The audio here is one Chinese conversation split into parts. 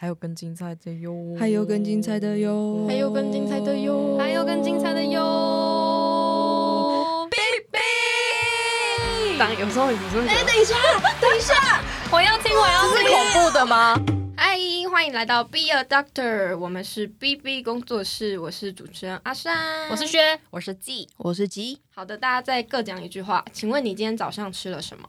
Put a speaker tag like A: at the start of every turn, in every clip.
A: 还有更精彩的哟，
B: 还有更精彩的哟，
C: 还有更精彩的哟，
D: 还有更精彩的哟。
C: 当有时候有时候
D: 哎，等一下，等一下，我要听，我要
A: 这是
D: 听。
A: 恐怖的吗？
D: 嗨，欢迎来到 Be a Doctor，我们是 B B 工作室，我是主持人阿山，
C: 我是。薛，
D: 我是季。
B: 我是吉，
D: 好的，大家再各讲一句话。请问你今天早上吃了什么？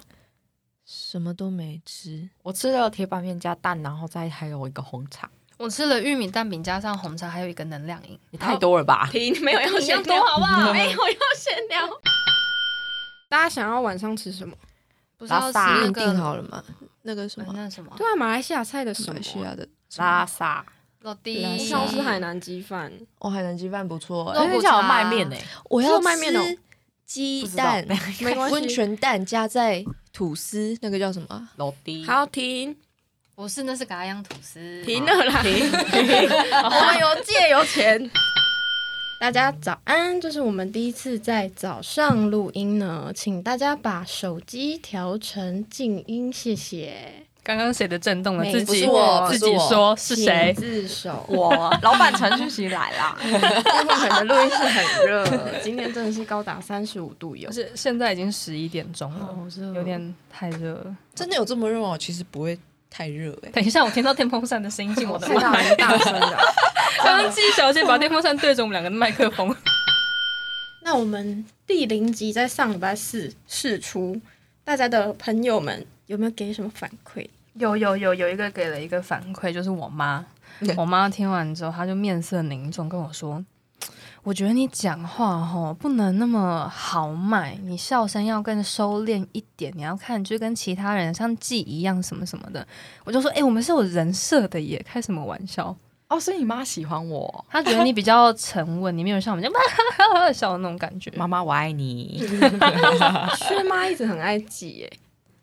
B: 什么都没吃，
A: 我吃了铁板面加蛋，然后再还有一个红茶，
C: 我吃了玉米蛋饼加上红茶，还有一个能量饮。
A: 也太多了吧？
D: 停， 没有要
C: 你要
D: 先
C: 多
D: 聊，
C: 好不好？
D: 没有要先聊。大家想要晚上吃什么？
C: 不是要吃
A: 拉萨
C: 那
B: 你定
C: 个
B: 好了吗？那个什
C: 嗯
B: 么，
C: 那什么
D: 对啊，马来西亚菜的
B: 马
D: 什
B: 来
D: 么啊？
B: 西亚的
A: 拉萨，
C: 肉丁
E: 啊
B: 拉，
D: 我
B: 萨
D: 想吃海南鸡饭，
B: 哦，海南鸡饭不错
C: 肉
B: 欸，
C: 骨
A: 哎那家有
C: 茶
A: 卖面呢，
B: 我
D: 是
B: 要
D: 有卖面哦
B: 吃鸡
A: 不知道
B: 蛋，
D: 没关系
B: 温泉蛋加在吐司，那个叫什么啊？
A: 楼梯，
D: 好停
C: 不是，那是嘎央吐司。
D: 停了啦， 我们有借有钱。大家早安，这是我们第一次在早上录音呢，请大家把手机调成静音，谢谢。
E: 刚刚谁的震动了？
D: 没
E: 自己
B: 错
E: 自己说是谁
D: 请？自首，
A: 我老板传讯息来啦，
D: 因为我们的录音室很 热，今天真的是高达三十五度有
E: 可。是现在已经十一点钟了，有
C: 有
E: 点太热了。
B: 真的有这么热吗？我其实不会太热哎。
E: 等一下，我听到电风扇的声音进我 的
D: 太
E: 麦。
D: 大很大声了。
E: 刚刚季小姐把电风扇对着我们两个的麦克风。
D: 那我们第零集在上礼拜四试出，大家的朋友们有没有给什么反馈？
E: 有有有有一个给了一个反馈，就是我妈，我妈听完之后，她就面色凝重跟我说：“我觉得你讲话吼不能那么豪迈，你笑声要更收敛一点，你要看就跟其他人像季一样什么什么的。”我就说：“哎、我们是有人设的耶，开什么玩笑？”
A: 哦，所以你妈喜欢我，
E: 她觉得你比较沉稳，你没有像我们这样 哈哈哈哈笑的那种感觉。
A: 妈妈我爱你，
D: 薛妈一直很爱挤耶，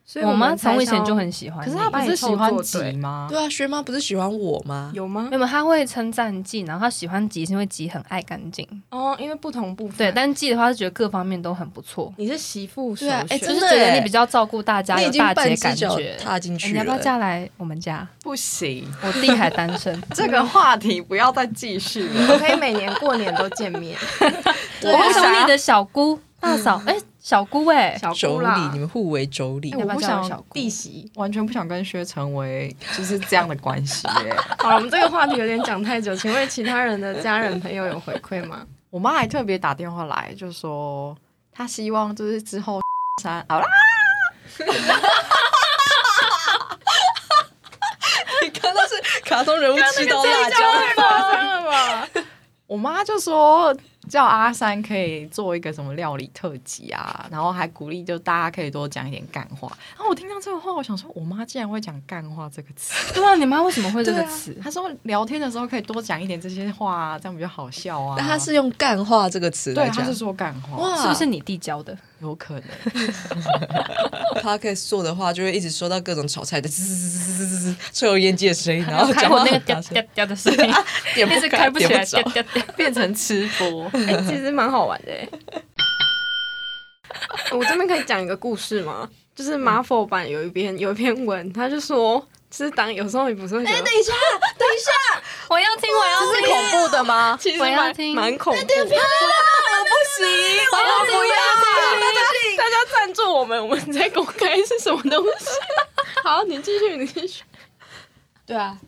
D: 所以
E: 我妈
D: 们才
E: 从以
D: 想
E: 前
D: 要
E: 就很喜欢你，
A: 可是她不是喜欢挤吗？
B: 对啊，薛妈不是喜欢我吗？
D: 有吗
E: 没？有，她会称赞季，然后她喜欢季是因为季很爱干净。
D: 哦，因为不同部分。
E: 对，但季的话是觉得各方面都很不错，
D: 你是媳妇首
B: 对啊哎
D: 选，
E: 就
B: 真
E: 是
B: 的
E: 觉得
B: 耶
E: 你比较照顾大家，
B: 你
E: 有
B: 已经
E: 大
B: 半
E: 姐
B: 只
E: 感
B: 脚
E: 觉。
B: 踏进
E: 哎
B: 去
E: 你
B: 了。
E: 要不要嫁来我们家？
A: 不行，
E: 我弟还单身，
A: 这个话题不要再继续了。
D: 我可以每年过年都见面。
B: 对
E: 我
B: 啊
E: 不想你的小姑大嫂，哎， 小姑哎，
D: 小
B: 妯
D: 姑
B: 娌，
D: 啦
B: 你，们互为妯娌
D: 哎，我不
E: 要不要叫我
D: 想
E: 小姑
D: 弟媳。
A: 完全不想跟薛成为就是这样的关系耶、
D: 好了，我们这个话题有点讲太久，请问其他人的家人朋友有回馈吗？
A: 我妈还特别打电话来，就说她希望就是之后删好啦，
B: 你看到是卡通人物吃到辣椒的吗？
D: 夸张了吧？
A: 我妈就说叫阿三可以做一个什么料理特辑啊，然后还鼓励就大家可以多讲一点干话。然后我听到这个话，我想说我妈竟然会讲干话这个词，
E: 对啊，你妈为什么会这个
A: 对啊
E: 词？
A: 她说聊天的时候可以多讲一点这些话啊，这样比较好笑啊。
B: 但他是用“干话”这个词
A: 对，
B: 来
A: 她
B: 讲
A: 是，说干话，
B: 哇，
E: 是不是你弟教的？
A: 有可能
B: podcast 做的话，就会一直收到各种炒菜的滋滋滋滋滋滋滋，抽油烟机的声音，然后
E: 开
B: 讲
E: 火
B: 话
E: 那个
B: 很大
E: 嗲
B: 声
E: 嗲嗲的声音，
B: 点
E: 一
B: 不
E: 直
B: 开
E: 开不起来，
B: 点
E: 嗲
B: 不着
E: 嗲 嗲。
A: 变成吃播。
D: 哎，其实蛮好玩的哎。 我这边可以讲一个故事吗？就是马否版有一篇有一篇文，他就说，就是当有时候你不是会觉得，
B: 一下，等一下，
E: 我要听，我要
A: 是
E: 听，
A: 恐怖的吗？
D: 其实
E: 我要
D: 蛮
E: 听
D: 蛮恐怖的。
E: 我
B: 哦
E: 要听，我要听。
D: 大家赞助我们，我们在公开是什么东西？好，你继续，你继续。。
B: 对啊，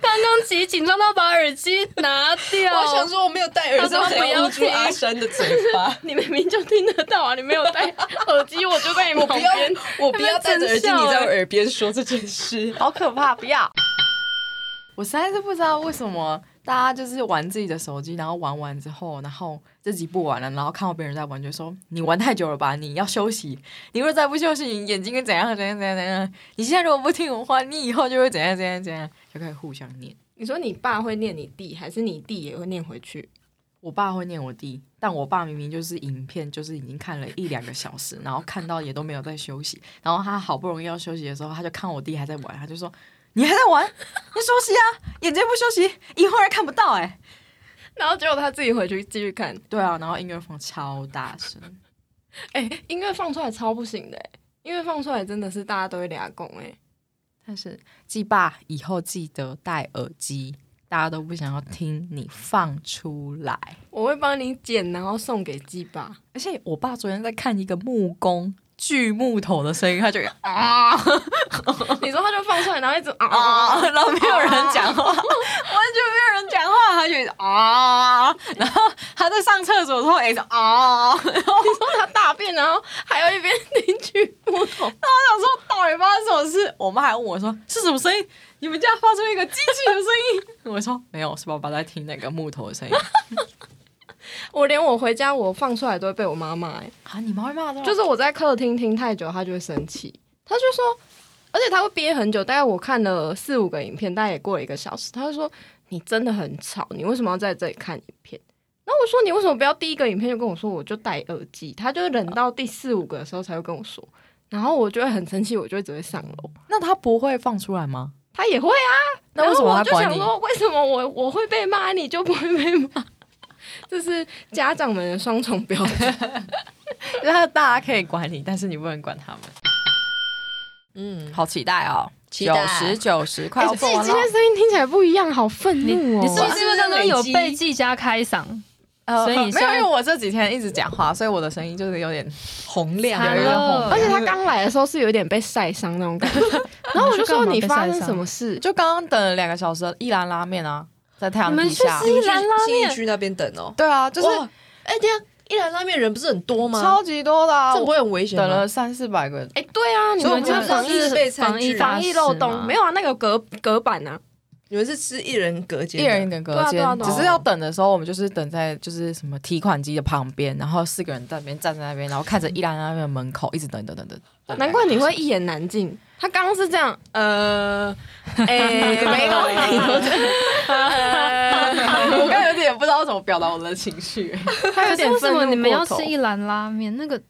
E: 刚刚急紧张到把耳机拿掉，
B: 我想说我没有戴耳塞，
E: 他
B: 我
E: 说不
B: 才
E: 要
B: 捂住阿山的嘴巴
D: 你明明就听得到啊！你没有戴耳机，我就在你
B: 我
D: 旁
B: 不要
D: 边。，
B: 我不要戴着耳机，你在
E: 他们真笑
B: 我耳边说这件事。
A: 好可怕！不要！我实在是不知道为什么大家就是玩自己的手机，然后玩完之后，然后自己不玩了，然后看到别人在玩，就说你玩太久了吧，你要休息。你如果再不休息，你眼睛会怎样怎样怎样怎样。你现在如果不听我话，你以后就会怎样怎样怎样，就开始互相念。
D: 你说你爸会念你弟，还是你弟也会念回去？
A: 我爸会念我弟，但我爸明明就是影片，就是已经看了一两个小时，然后看到也都没有在休息，然后他好不容易要休息的时候，他就看我弟还在玩，他就说：“你还在玩？你休息啊，眼睛不休息，以后还看不到哎、
D: 然后结果他自己回去继续看。
A: 对啊，然后音乐放超大声，
D: 哎、音乐放出来超不行的、哎音乐放出来真的是大家都会俩拱哎。
A: 但是记爸以后记得戴耳机，大家都不想要听你放出来。
D: 我会帮你剪，然后送给鸡爸。
A: 而且我爸昨天在看一个木工锯木头的声音，他就啊
D: 你说他就放出来，然后一直啊
A: 啊， 然后没有人讲 话，完全没有人讲话，他就一直啊，然后他在上厕所的时候也是啊，然后
D: 你说他大便，然后还要一边 拎去木桶，
A: 我说到底发生什么事？我妈还问我说是什么声音？你们家发出一个机器的声音？ 我说没有，是爸爸在听那个木头的声音。
D: 我连我回家我放出来都会被我妈骂、欸，
A: 啊，你妈会骂的吗
D: 就是我在客厅听太久，她就会生气，她就说，而且她会憋很久，大概我看了四五个影片，大概也过了一个小时，她就说你真的很吵，你为什么要在这里看影片？然后我说你为什么不要第一个影片就跟我说我就戴耳机？她就忍到第四五个的时候才会跟我说，然后我就会很生气，我就会只会上楼。
A: 那他不会放出来吗？
D: 她也会啊，
A: 那为什么
D: 然后我
A: 她
D: 就
A: 管
D: 想
A: 你
D: 说，为什么我我会被骂，你就不会被骂？这是家长们的双重标准。
A: 那大家可以管你，但是你不能管他们。
B: 嗯，
A: 好期待哦！
B: 期
A: 九
B: 待
A: 十九十快要
D: 哎自
A: 做
D: 己
A: 完
D: 今天
A: 了，
D: 声音听起来不一样，好愤怒哦！
E: 你是不
B: 哇
E: 是因为刚刚有被季家开嗓？
B: 哦
A: 呃
E: 所以你
A: 没有，
E: 现在
A: 因为我这几天一直讲话，所以我的声音就是有点
B: 洪亮
E: 惨
A: 有一个
E: 了
A: 红
D: 而且他刚来的时候是有点被晒伤那种感觉， 然后我就说你发生什么事？
A: 就刚刚等了两个小时的一兰拉面啊，在太阳
E: 你们
A: 底下。
E: 去吃一兰拉
B: 新
E: 面
B: 一区那边等哦。
A: 对啊，就是
B: 哇，哎，等一下一兰拉面人不是很多吗？
A: 超级多的、啊，
B: 这不
A: 我
B: 会很危险
A: 等
B: 吗？
A: 了三四百个人。
D: 哎、对啊，你
B: 所以
D: 们
B: 我
D: 就
B: 们
D: 是防
B: 就是
D: 疫
B: 被餐
E: 防疫
B: 具
E: 大
D: 防疫漏
E: 使
D: 洞，
E: 嘛
D: 没有啊，那个隔隔板啊，
B: 你们是吃一人隔间
A: 一
B: 的，
A: 人一个隔
D: 对
A: 间，
D: 啊对啊对啊
A: 只是要等的时候，我们就是等在就是什么提款机的旁边，然后四个人在那边站在那边，然后看着一兰拉面的门口，一直等等等等。等
D: 难怪你会一言难尽。他刚刚是这样， 呃，哎、没有，呃没有这样
A: 我刚才有点不知道怎么表达我的情绪，
D: 他有
E: 可是
D: 点
E: 为什
D: 愤怒
E: 么你们要
D: 过头
E: 吃一兰拉面？那个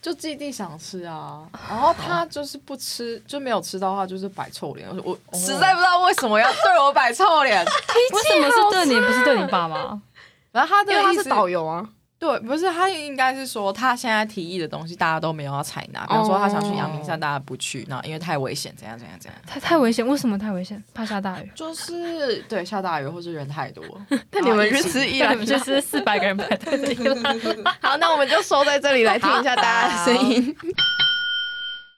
A: 就基地想吃啊，然后他就是不吃，就没有吃到的话，就是摆臭脸。我我实在不知道为什么要对我摆臭脸。
E: 为什么是对你，不是对你爸 爸？
A: 然后他
D: 因为
A: 的
D: 他
A: 意
D: 是
A: 思
D: 导游啊，
A: 对，不是他应该是说他现在提议的东西大家都没有要采纳，比方说他想去阳明山，大家不去，然后因为太危险，怎样怎样怎样。
E: 太太危险，为什么太危险？怕下 大雨。
A: 就是 对下大雨或是人太多，
D: 但你们
A: 然后
D: 去
A: 疫情
D: 啊吃一兰
E: 那你 们就是 四百个人排队的一兰拉面。
D: 好，那我们就收在这里来听一下大家的声音。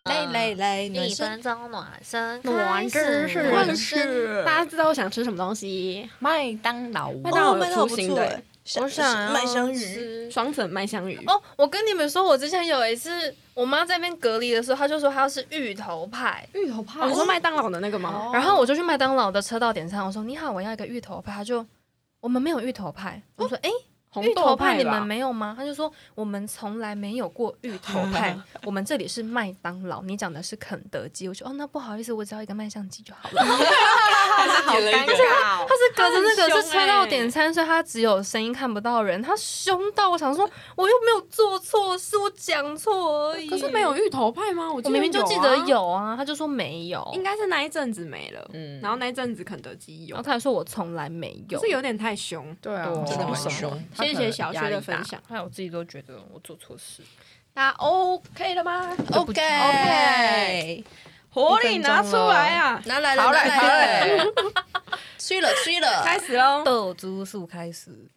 B: 来来来，暖
C: 一
B: 身
C: 分钟暖身，
D: 暖真是
B: 暖
D: 真
B: 身
D: 大家知道我想吃什么东西？
A: 麦当劳，麦
D: 当劳
B: 哦
D: 有
B: 麦当劳
D: 出
B: 不
D: 行
B: 错
D: 的
B: 哎，
C: 我想
B: 麦香鱼，
C: 鱼。
D: 双层麦香鱼。
C: 哦，我跟你们说，我之前有一次，我妈在那边隔离的时候，她就说她要吃芋头派，
A: 芋头泡
D: 哦，你说麦当劳的那个
E: 哦
D: 吗？
C: 然后我就去麦当劳的车到点餐，我说你好，我要一个芋头派，她就我们没有芋头派，我说哎、
D: 红
C: 芋头
D: 豆
C: 派
D: 派
C: 你们
D: 吧
C: 没有吗？他就说我们从来没有过芋头 派，我们这里是麦当劳，你讲的是肯德基。我说哦，那不好意思，我只要一个麦香鸡就好 了。
B: 还是点了一个，
E: 他是隔着那个是
D: 他很凶
E: 车到点餐，所以他只有声音看不到人。他凶到我想说，我又没有做错事，我讲错而已。
D: 可是没有，芋头派吗？我记得
E: 我明明就
D: 有啊
E: 记得，有啊，他就说没有，
D: 应该是那一阵子没了。
A: 嗯
D: 然后那一阵子肯德基有
E: 然后，他还说我从来没有，
D: 哦是有点太凶。
A: 对啊
E: 对，
B: 真的蛮凶。
D: 谢谢小薛的分享，
E: 害我自己都觉得我做错事。
D: 大家 OK 了吗？
B: OK，
D: 活力拿出来啊！
B: 拿来了，
D: 好嘞
B: 拿来了，吹了吹了，
D: 开始喽！
E: 斗猪术开始，